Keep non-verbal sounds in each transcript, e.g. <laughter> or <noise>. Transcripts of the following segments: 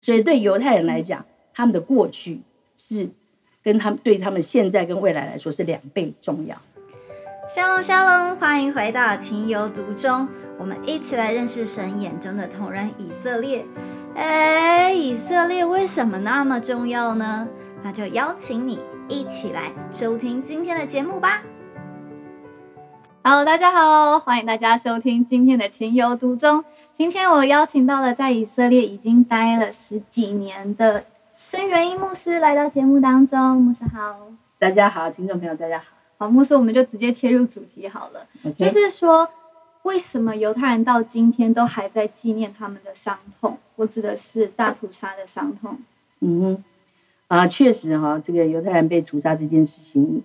所以对犹太人嗯来讲，他们的过去是跟他们对他们现在跟未来来说是两倍重要。沙龙沙龙，欢迎回到情有独钟，我们一起来认识神眼中的同人以色列。哎，以色列为什么那么重要呢？那就邀请你一起来收听今天的节目吧。 Hello，大家好，欢迎大家收听今天的《情有独钟》。今天我邀请到了在以色列已经待了十几年的申元一牧师来到节目当中，牧师好。大家好，听众朋友，大家好。好，牧师，我们就直接切入主题好了。 OK，就是说，为什么犹太人到今天都还在纪念他们的伤痛？我指的是大屠杀的伤痛。嗯哼，啊，确实哈、这个犹太人被屠杀这件事情，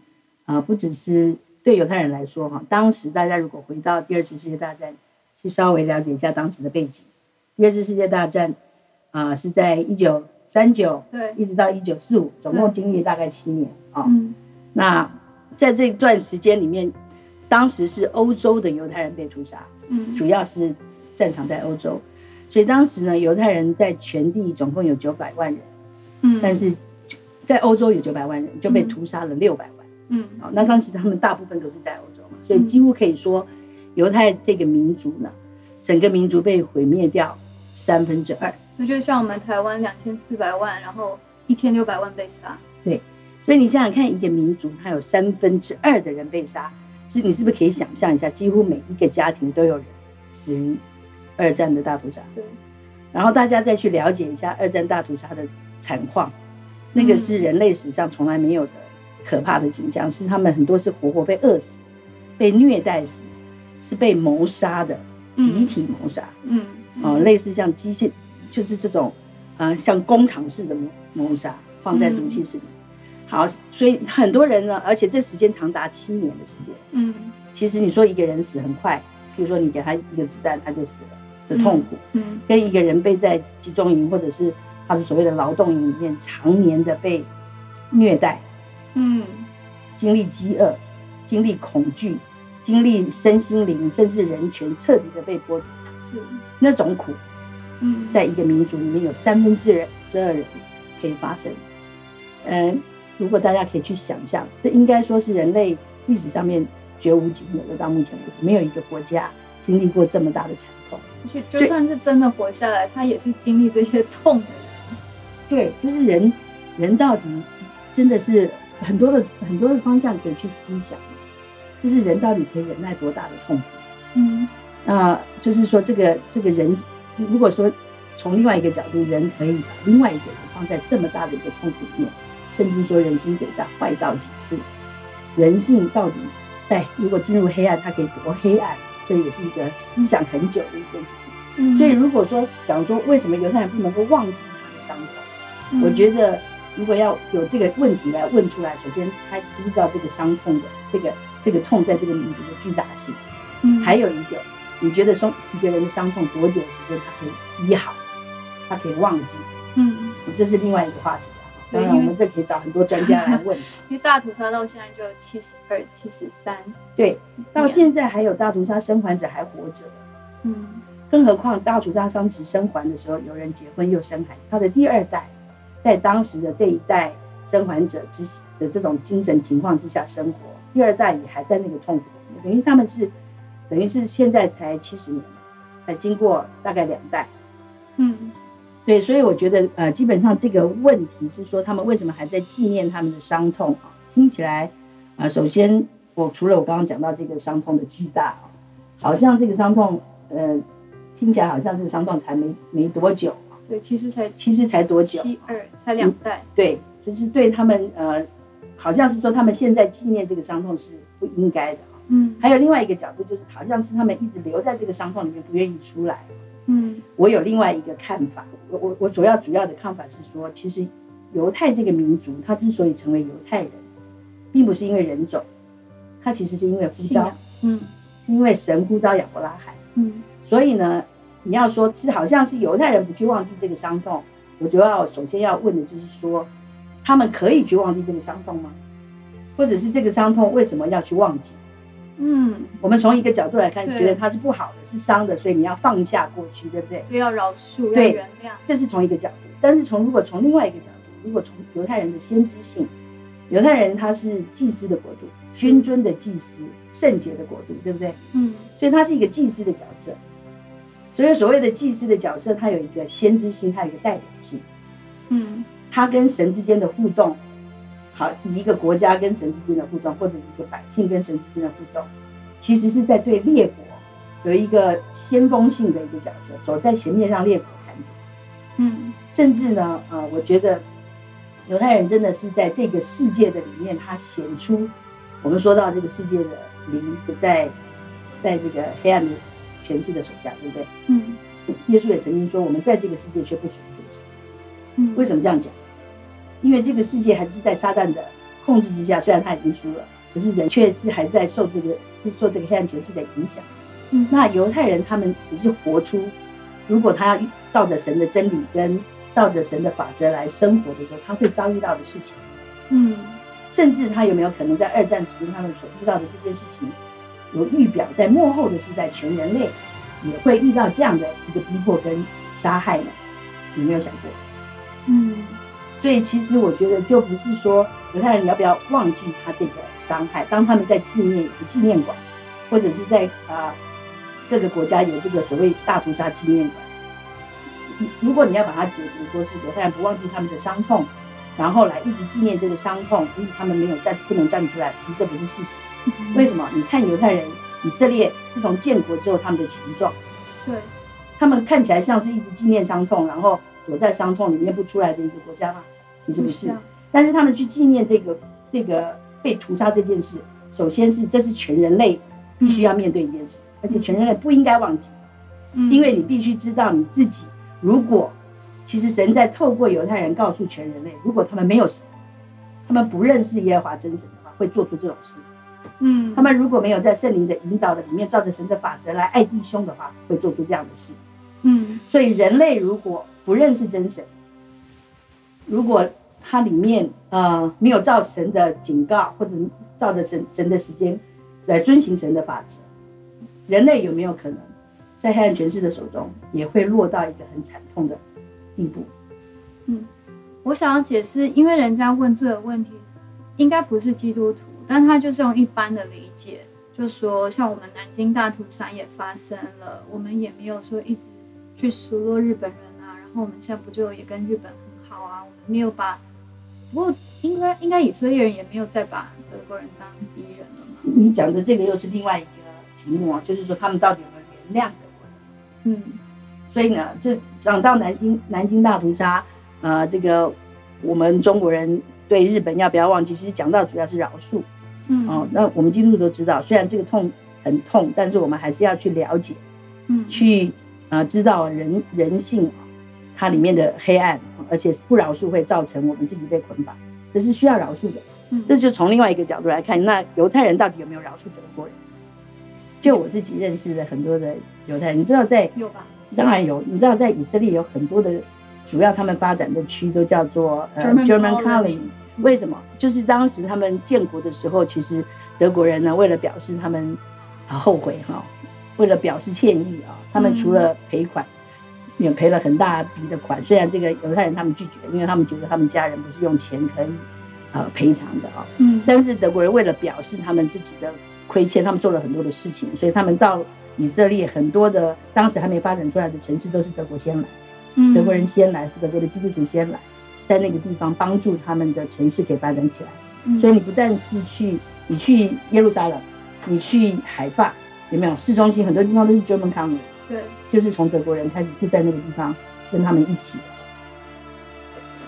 啊，不只是对犹太人来说哈、当时大家如果回到第二次世界大战，去稍微了解一下当时的背景。第二次世界大战，啊，是在一九三九对，一直到一九四五，总共经历大概七年啊、嗯，那在这段时间里面，当时是欧洲的犹太人被屠杀，嗯，主要是战场在欧洲，所以当时呢，犹太人在全地总共有九百万人。嗯，但，是在欧洲有九百万人就被嗯屠杀了六百万嗯，啊、那当时他们大部分都是在欧洲嘛，所以几乎可以说，犹太这个民族呢，整个民族被毁灭掉三分之二。这就像我们台湾两千四百万，然后一千六百万被杀。所以你想想看，一个民族它有三分之二的人被杀，是你是不是可以想象一下，几乎每一个家庭都有人死于二战的大屠杀？对，然后大家再去了解一下二战大屠杀的惨况，那个是人类史上从来没有的可怕的景象，是他们很多是活活被饿死、被虐待死，是被谋杀的集体谋杀，嗯，哦、类似像机械，就是这种，呃，像工厂式的谋谋杀，放在毒气室里。好，所以很多人呢，而且这时间长达七年的时间。嗯，其实你说一个人死很快，比如说你给他一个子弹，他就死了的痛苦。嗯，跟一个人被在集中营或者是他们所谓的劳动营里面常年的被虐待，嗯，经历饥饿，经历恐惧，经历身心灵甚至人权彻底的被剥夺，是，那种苦，嗯，在一个民族里面有三分之二人可以发生。嗯，如果大家可以去想象，这应该说是人类历史上面绝无仅有的，到目前为止没有一个国家经历过这么大的惨痛。而且就算是真的活下来，他也是经历这些痛的人。对，就是人，人到底真的是很多的很多的方向可以去思想，就是人到底可以忍耐多大的痛苦？嗯，那、就是说，这个这个人，如果说从另外一个角度，人可以把另外一个人放在这么大的一个痛苦里面，甚至说人心诡诈坏到极处，人性到底在如果进入黑暗，它可以多黑暗？这也是一个思想很久的一件事情。嗯所以，如果说讲说为什么犹太人不能够忘记他的伤痛？嗯我觉得如果要有这个问题来问出来，首先他知不知道这个伤痛的这个这个痛在这个民族的巨大性，嗯还有一个，你觉得伤一个人的伤痛多久的时间他可以医好，他可以忘记，嗯，这是另外一个话题了。对当然，我因为们这可以找很多专家来问。 <laughs> 因为大屠杀到现在就有七十二、七十三，对，到现在还有大屠杀生还者还活着，嗯更何况大屠杀伤时生还的时候，有人结婚又生孩子，他的第二代，在当时的这一代生还者之的这种精神情况之下生活，第二代也还在那个痛苦里面，等于他们是，等于是现在才七十年，才经过大概两代，嗯对，所以我觉得呃，基本上这个问题是说他们为什么还在纪念他们的伤痛啊？听起来，啊、首先我除了我刚刚讲到这个伤痛的巨大啊，好像这个伤痛呃，听起来好像这个伤痛才没没多久啊，对，其实才其实才多久？啊嗯七二，才两代，对，就是对他们呃，好像是说他们现在纪念这个伤痛是不应该的啊。嗯还有另外一个角度，就是好像是他们一直留在这个伤痛里面，不愿意出来。嗯我有另外一个看法，我我我主要主要的看法是说，其实犹太这个民族，他之所以成为犹太人，并不是因为人种，他其实是因为呼信召仰，嗯是因为神呼召亚伯拉罕。嗯所以呢，你要说是好像是犹太人不去忘记这个伤痛，我就要首先要问的就是说，他们可以去忘记这个伤痛吗？或者是这个伤痛为什么要去忘记？嗯，我们从一个角度来看，对觉得它是不好的，是伤的，所以你要放下过去，对不对？对，要饶恕，要对原谅，这是从一个角度，但是从如果从另外一个角度，如果从犹太人的先知性，犹太人他是祭司的国度，君尊的祭司，圣洁的国度，对不对？嗯所以他是一个祭司的角色。所以所谓的祭司的角色，他有一个先知性，他有一个代表性，嗯他跟神之间的互动，好，以一个国家跟神之间的互动，或者一个百姓跟神之间的互动，其实是在对列国有一个先锋性的一个角色，走在前面让列国看见。嗯甚至呢，呃，我觉得犹太人真的是在这个世界的里面，他显出我们说到这个世界的灵不在在这个黑暗的权势的手下，对不对？嗯耶稣也曾经说，我们在这个世界却不属于这个世界。嗯，为什么这样讲？因为这个世界还是在撒旦的控制之下，虽然他已经输了，可是人却是还在受这个是受这个黑暗权势的影响。嗯那犹太人他们只是活出，如果他要照着神的真理跟照着神的法则来生活的时候，他会遭遇到的事情，嗯甚至他有没有可能在二战期间他们所遇到的这件事情，有预表在幕后的是在全人类也会遇到这样的一个逼迫跟杀害呢？你没有想过？嗯所以其实我觉得，就不是说犹太人你要不要忘记他这个伤害，当他们在纪念有个纪念馆，或者是在啊、各个国家有这个所谓大屠杀纪念馆，你如果你要把它解读说是犹太人不忘记他们的伤痛，然后来一直纪念这个伤痛，因此他们没有站不能站出来，其实这不是事实。为什么？你看犹太人以色列自从建国之后他们的强壮。嗯对，他们看起来像是一直纪念伤痛，然后躲在伤痛里面不出来的一个国家吗？其实不是。啊但是他们去纪念这个这个被屠杀这件事，首先是这是全人类必须要面对一件事，而且全人类不应该忘记，嗯因为你必须知道你自己。如果其实神在透过犹太人告诉全人类，如果他们没有神，他们不认识耶和华真神的话，会做出这种事。嗯他们如果没有在圣灵的引导的里面，照着神的法则来爱弟兄的话，会做出这样的事。嗯所以人类如果不认识真神，如果它里面呃没有照神的警告或者照着神神的时间来遵行神的法则，人类有没有可能在黑暗权势的手中也会落到一个很惨痛的地步？我想要解释，因为人家问这个问题，应该不是基督徒，但他就是用一般的理解，就说像我们南京大屠杀也发生了，我们也没有说一直去数落日本人啊，然后我们现在不就也跟日本很好啊，我们没有把，不过应该应该以色列人也没有再把德国人当敌人了嘛，你讲的这个又是另外一个题目啊，就是说他们到底有没有原谅的问题？嗯所以呢，就讲到南京南京大屠杀，呃，这个我们中国人对日本要不要忘记，其实讲到主要是饶恕嗯哦。那我们基督徒都知道，虽然这个痛很痛，但是我们还是要去了解，嗯去呃知道人人性、哦、它里面的黑暗，哦而且不饶恕会造成我们自己被捆绑，这是需要饶恕的。嗯这就从另外一个角度来看，那犹太人到底有没有饶恕德国人？就我自己认识的很多的犹太人，你知道在有吧当然有，你知道在以色列有很多的主要他们发展的区都叫做呃 German German colony colony。为什么？就是当时他们建国的时候，其实德国人呢，为了表示他们啊后悔哈、为了表示歉意啊、他们除了赔款，也赔了很大笔的款。虽然这个犹太人他们拒绝，因为他们觉得他们家人不是用钱可以呃赔偿的啊、嗯但是德国人为了表示他们自己的亏欠，他们做了很多的事情，所以他们到以色列很多的当时还没发展出来的城市都是德国先来，嗯德国人先来，德国的基督徒先来，在那个地方帮助他们的城市可以发展起来。嗯所以你不但是去，你去耶路撒冷，你去海法，有没有市中心很多地方都是 German colony，对就是从德国人开始住在那个地方，跟他们一起的。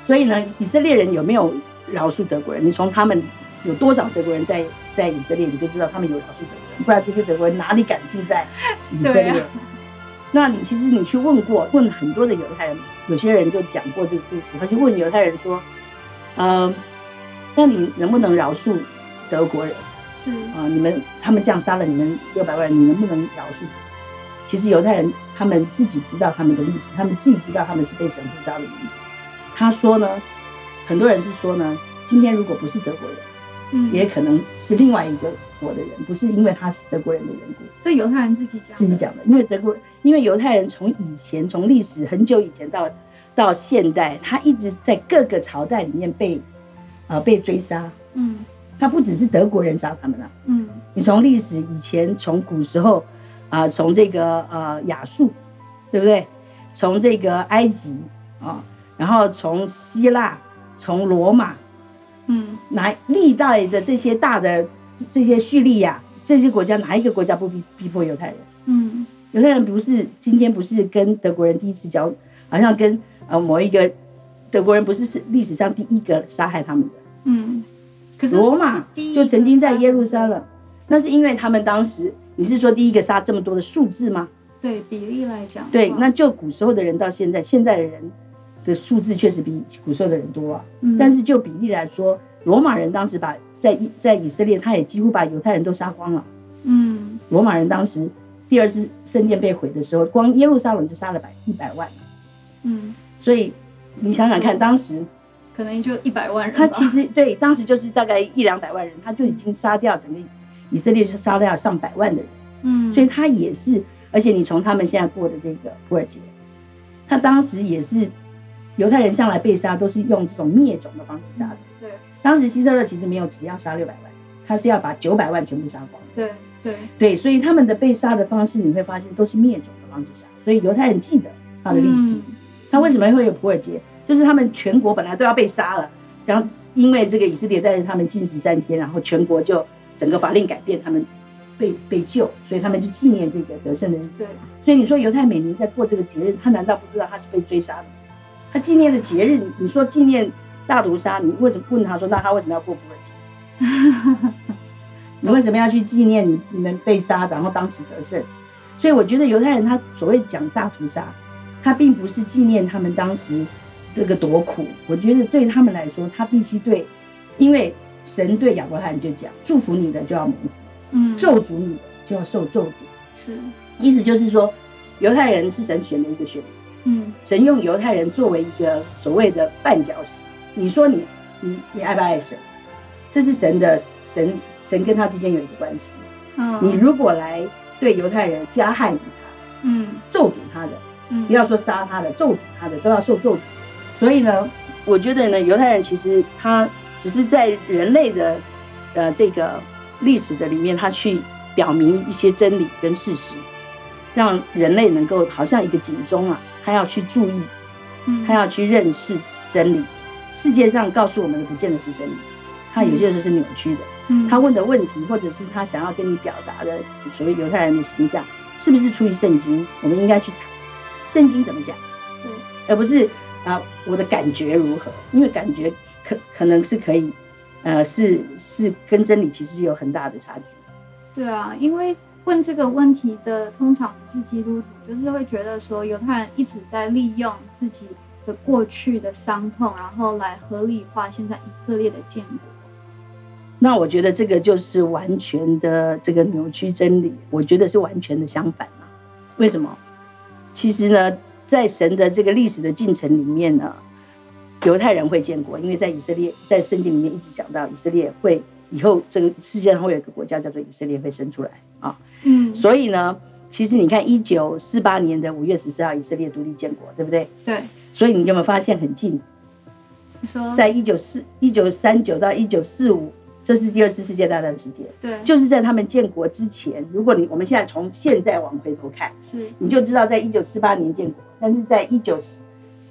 所以呢，以色列人有没有饶恕德国人？你从他们有多少德国人在在以色列，你就知道他们有饶恕德国人，不然这些德国人哪里敢住在以色列？对啊那你其实你去问过，问很多的犹太人，有些人就讲过这个故事，他就问犹太人说：“嗯、那你能不能饶恕德国人？”是啊、你们他们这样杀了你们六百万人，你能不能饶恕他？其实犹太人他们自己知道他们的历史，他们自己知道他们是被神呼召的民族。他说呢，很多人是说呢，今天如果不是德国人，嗯，也可能是另外一个国的人，不是因为他是德国人的缘故。这犹太人自己讲的，自己讲的，因为德国，因为犹太人从以前，从历史很久以前到到现代，他一直在各个朝代里面被呃被追杀。嗯他不只是德国人杀他们了、啊嗯你从历史以前，从古时候啊、从这个呃亚述，对不对？从这个埃及啊、然后从希腊，从罗马，嗯哪历代的这些大的这些叙利亚这些国家，哪一个国家不逼逼迫犹太人？嗯犹太人不是今天不是跟德国人第一次交，好像跟呃某一个德国人不是是历史上第一个杀害他们的，嗯，可是罗马是第一就个曾经在杀耶路撒冷，那是因为他们当时你是说第一个杀这么多的数字吗？对比例来讲的话，对，那就古时候的人到现在，现在的人的数字确实比古时候的人多啊，嗯但是就比例来说，罗马人当时把在以在以色列，他也几乎把犹太人都杀光了。嗯罗马人当时第二次圣殿被毁的时候，光耶路撒冷就杀了百一百万。嗯，所以你想想看，当时可能就一百万人他吧，其实对当时就是大概一两百万人，他就已经杀掉整个以色列，就杀掉上百万的人，嗯，所以他也是，而且你从他们现在过的这个普尔节，他当时也是犹太人向来被杀都是用这种灭种的方式杀的。对当时希特勒其实没有只要杀六百万，他是要把九百万全部杀光。对对，对，所以他们的被杀的方式，你会发现都是灭种的方式杀。所以犹太人记得他的嗯历史，他为什么会有普尔节？就是他们全国本来都要被杀了，然后因为这个以色列带着他们禁食三天，然后全国就整个法令改变，他们被被救，所以他们就纪念这个得胜的日嗯子。对，所以你说犹太美尼在过这个节日，他难道不知道他是被追杀的？他纪念的节日，你你说纪念大屠杀，你为什么问他说，那他为什么要过普尔节？你为什么要去纪念你你们被杀，然后当时得胜？所以我觉得犹太人他所谓讲大屠杀，他并不是纪念他们当时这个多苦。我觉得对他们来说，他必须对，因为神对亚伯拉罕就讲，祝福你的就要蒙福，嗯，咒诅你的就要受咒诅。是，意思就是说，犹太人是神选的一个选民，嗯神用犹太人作为一个所谓的绊脚石。你说你你你爱不爱神？这是神的神神跟他之间有一个关系。嗯，你如果来对犹太人加害于他、嗯咒诅他的，嗯不要说杀他的、咒诅他的，都要受咒诅。所以呢，我觉得呢，犹太人其实他只是在人类的呃这个历史的里面，他去表明一些真理跟事实，让人类能够好像一个警钟啊，他要去注意，嗯他要去认识真理。世界上告诉我们的不见得是真理，他有些时候是扭曲的。嗯他问的问题，或者是他想要跟你表达的所谓犹太人的形象，是不是出于圣经？我们应该去查圣经怎么讲，对，而不是啊、我的感觉如何？因为感觉可可能是可以，呃，是是跟真理其实有很大的差距。对啊，因为问这个问题的通常不是基督徒，就是会觉得说犹太人一直在利用自己的过去的伤痛，然后来合理化现在以色列的建国。那我觉得这个就是完全的这个扭曲真理，我觉得是完全的相反嘛。为什么？其实呢，在神的这个历史的进程里面呢，犹太人会建国，因为在以色列，在圣经里面一直讲到以色列会以后这个世界上会有一个国家叫做以色列会生出来啊。嗯，所以呢，其实你看一九四八年的五月十四号，以色列独立建国，对不对？对，所以你有没有发现很近？你说在一九四一九三九到一九四五，这是第二次世界大战时间。对，就是在他们建国之前，如果你我们现在从现在往回头看，是你就知道在一九四八年建国，但是在一九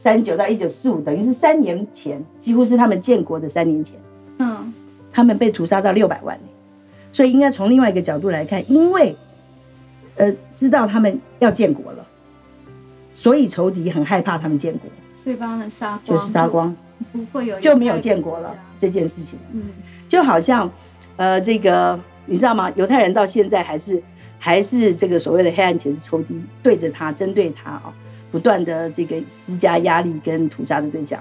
三九到一九四五，等于是三年前，几乎是他们建国的三年前，嗯他们被屠杀到六百万，所以应该从另外一个角度来看，因为呃知道他们要建国了，所以仇敌很害怕他们建国，所以把他们杀光，就是杀，光不会有哦就没有建国了这件事情。嗯就好像，呃，这个你知道吗？犹太人到现在还是还是这个所谓的黑暗前仇敌对着他，针对他哦，不断的这个施加压力跟屠杀的对象。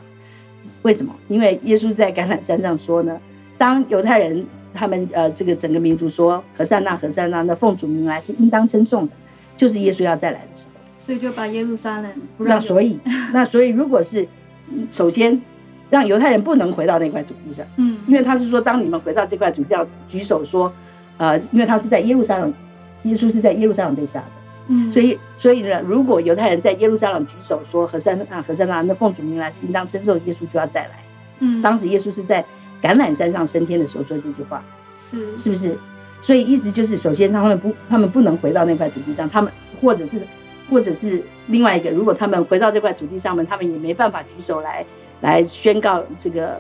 为什么？因为耶稣在橄榄山上说呢，当犹太人他们呃这个整个民族说何塞纳何塞纳，那奉主名来是应当称颂的，就是耶稣要再来的时候。所以就把耶路撒冷不那让所以以，那所以，如果是嗯首先，让犹太人不能回到那块土地上，嗯因为他是说，当你们回到这块土地，要举手说，呃，因为他是在耶路撒冷，耶稣是在耶路撒冷被杀的。嗯，所以，所以呢，如果犹太人在耶路撒冷举手说“何塞啊，何塞拉”，那奉主名来是应当称颂，耶稣就要再来。嗯，当时耶稣是在橄榄山上升天的时候说这句话，是是不是？所以意思就是，首先他们不，他们不能回到那块土地上，他们或者是，或者是另外一个，如果他们回到这块土地上面，他们也没办法举手来来宣告这个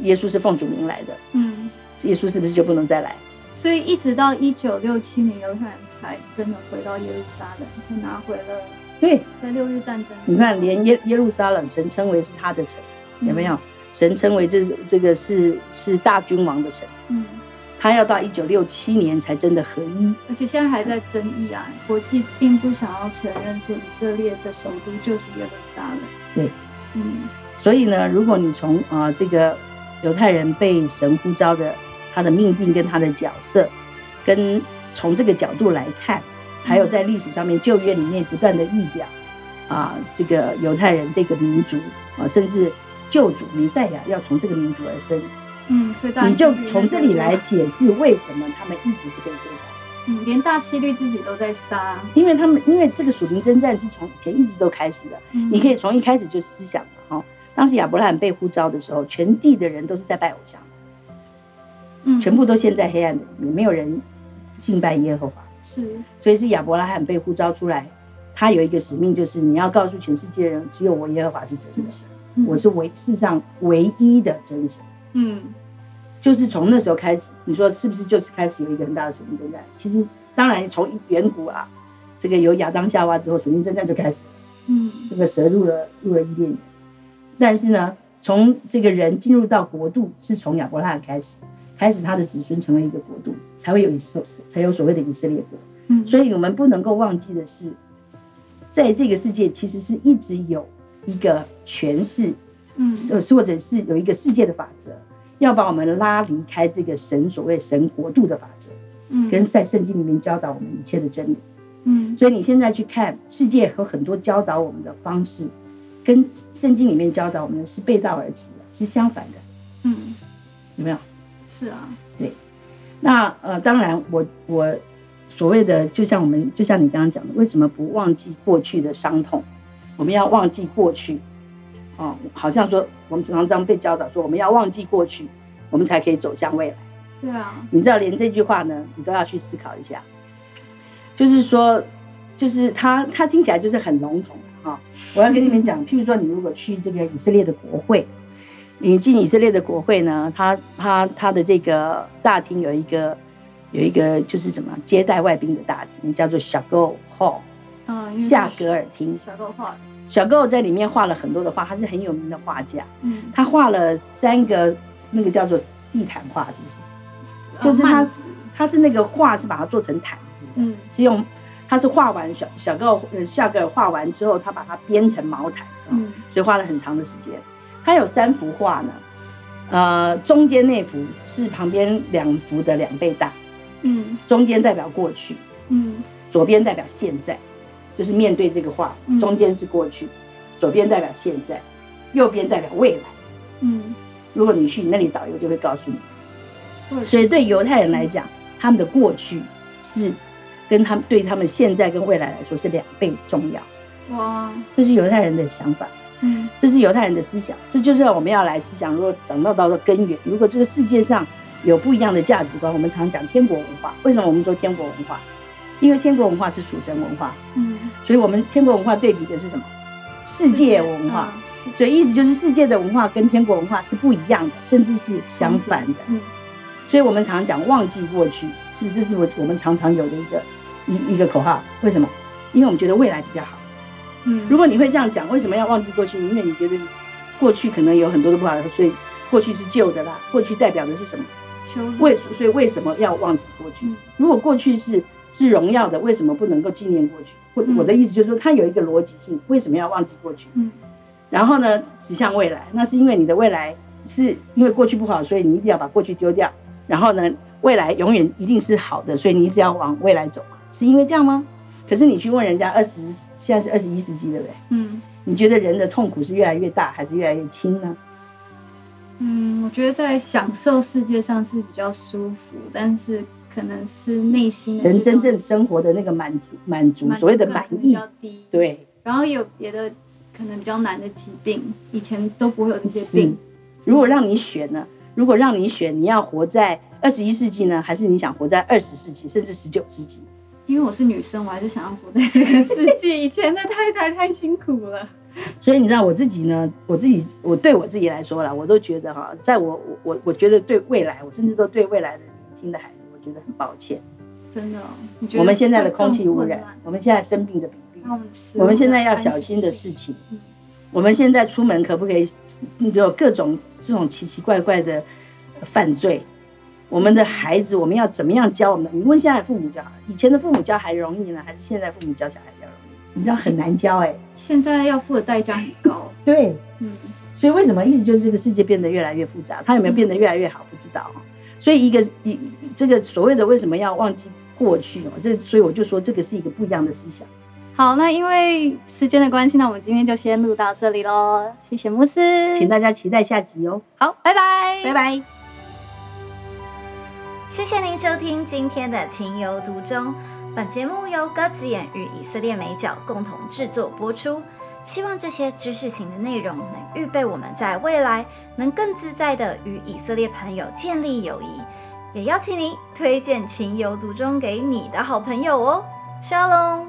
耶稣是奉主名来的，嗯，耶稣是不是就不能再来？所以一直到一九六七年，犹太人才真的回到耶路撒冷，才拿回了对，在六日战争之后。你看，连耶耶路撒冷神称为是他的城。嗯有没有？神称为这这个是是大君王的城，嗯？嗯，他要到一九六七年才真的合一。而且现在还在争议啊，国际并不想要承认说以色列的首都就是耶路撒冷。对，嗯所以呢，如果你从啊、呃这个犹太人被神呼召的他的命定跟他的角色，跟从这个角度来看，还有在历史上面旧约里面不断的预表啊、这个犹太人这个民族啊、甚至救主弥赛亚要从这个民族而生，嗯，所以大你希律就从这里来解释为什么他们一直是被追杀。嗯，连大希律自己都在杀。因为他们因为这个属灵征战是从以前一直都开始的，嗯你可以从一开始就思想哈、哦。当时亚伯拉罕被呼召的时候，全地的人都是在拜偶像，嗯全部都陷在黑暗里面，没有人敬拜耶和华。是所以是亚伯拉罕被呼召出来，他有一个使命，就是你要告诉全世界的人，只有我耶和华是真真的，实，我是唯世上唯一的真神。嗯就是从那时候开始，你说是不是就是开始有一个很大的属灵征战？其实当然从远古啊，这个有亚当夏娃之后，属灵征战就开始了。嗯这个蛇入了入了伊甸园。但是呢，从这个人进入到国度，是从亚伯拉罕开始，开始他的子孙成为一个国度，才会有以色才有所谓的以色列国。嗯，所以我们不能够忘记的是，在这个世界其实是一直有一个权势，嗯呃或者是有一个世界的法则，要把我们拉离开这个神所谓神国度的法则，嗯跟在圣经里面教导我们一切的真理。嗯所以你现在去看世界有很多教导我们的方式，跟圣经里面教导我们的是背道而驰的，是相反的，嗯有没有？是啊，那呃，当然我，我所谓的，就像我们，就像你刚刚讲的，为什么不忘记过去的伤痛？我们要忘记过去，哦，好像说我们常常被教导说，我们要忘记过去，我们才可以走向未来。对啊，你知道，连这句话呢，你都要去思考一下。就是说，就是它它听起来就是很笼统啊、我要跟你们讲，譬如说，你如果去这个以色列的国会，你进以色列的国会呢，它它它的这个大厅有一个有一个就是什么接待外宾的大厅，叫做小狗 hall 嗯，因为夏格尔厅。小狗画，小狗在里面画了很多的画，他是很有名的画家，嗯，他画了三个那个叫做地毯画，是不是？呃就是他幔子它是那个画是把它做成毯子的，嗯是用它是画完小小个呃夏格尔画完之后，他把它编成毛毯，嗯，嗯所以花了很长的时间。它有三幅画呢，呃，中间那幅是旁边两幅的两倍大，嗯中间代表过去，嗯左边代表现在，就是面对这个画嗯，中间是过去，左边代表现在，右边代表未来。嗯，如果你去那里导游就会告诉你，或者所以对犹太人来讲，他们的过去是跟他们对他们现在跟未来来说是两倍重要。哇，这是犹太人的想法，嗯这是犹太人的思想，这就是我们要来思想。如果讲到到的根源，如果这个世界上有不一样的价值观，我们常讲天国文化。为什么我们说天国文化？因为天国文化是属神文化，嗯，所以我们天国文化对比的是什么？世界文化。嗯是所以意思就是世界的文化跟天国文化是不一样的，甚至是相反的。嗯所以我们常讲忘记过去，是不是？这是我我们常常有的一个一一个口号。为什么？因为我们觉得未来比较好。嗯，如果你会这样讲，为什么要忘记过去？因为你觉得过去可能有很多的不好，所以过去是旧的啦。过去代表的是什么？修为所以为什么要忘记过去嗯？如果过去是是荣耀的，为什么不能够纪念过去？我嗯我的意思就是说，它有一个逻辑性，为什么要忘记过去？嗯然后呢，指向未来，那是因为你的未来是因为过去不好，所以你一定要把过去丢掉。然后呢，未来永远一定是好的，所以你一直要往未来走嘛，是因为这样吗？可是你去问人家二十，现在是二十一世纪，对不对？嗯你觉得人的痛苦是越来越大，还是越来越轻呢？嗯，我觉得在享受世界上是比较舒服，但是可能是内心的人这真种正生活的那个满足满足，满所谓的足满感比意，较低，对，然后也有别的可能比较难的疾病，以前都不会有这些病。如果让你选呢？如果让你选，你要活在二十一世纪呢，还是你想活在二十世纪，甚至十九世纪？因为我是女生，我还是想要活在这个世界。以前的太太太辛苦了。所以你知道我自己呢，我自己我对我自己来说啦，我都觉得哈，在我我我我觉得对未来，我甚至都对未来的年轻的孩子，我觉得很抱歉。真的哦，你觉得我们现在的会更空气污混染乱，，我们现在生病的比例，那我们吃我们现在要安全小心的性事情嗯，我们现在出门可不可以有各种这种奇奇怪怪的犯罪？我们的孩子，我们要怎么样教我们的？你问现在父母就好了，以前的父母教还容易呢，还是现在父母教小孩比较容易？你知道很难教哎、现在要付的代价很高。对，嗯，所以为什么一直就是这个世界变得越来越复杂？它有没有变得越来越好？不知道哦。所以一个一这个所谓的为什么要忘记过去哦？这所以我就说这个是一个不一样的思想。好，那因为时间的关系，那我们今天就先录到这里喽。谢谢牧师，请大家期待下集哦，好，拜拜，拜拜。谢谢您收听今天的《情有独钟》，本节目由鸽子眼与以色列美角共同制作播出。希望这些知识型的内容能预备我们在未来能更自在的与以色列朋友建立友谊，也邀请您推荐《情有独钟》给你的好朋友哦。沙龙。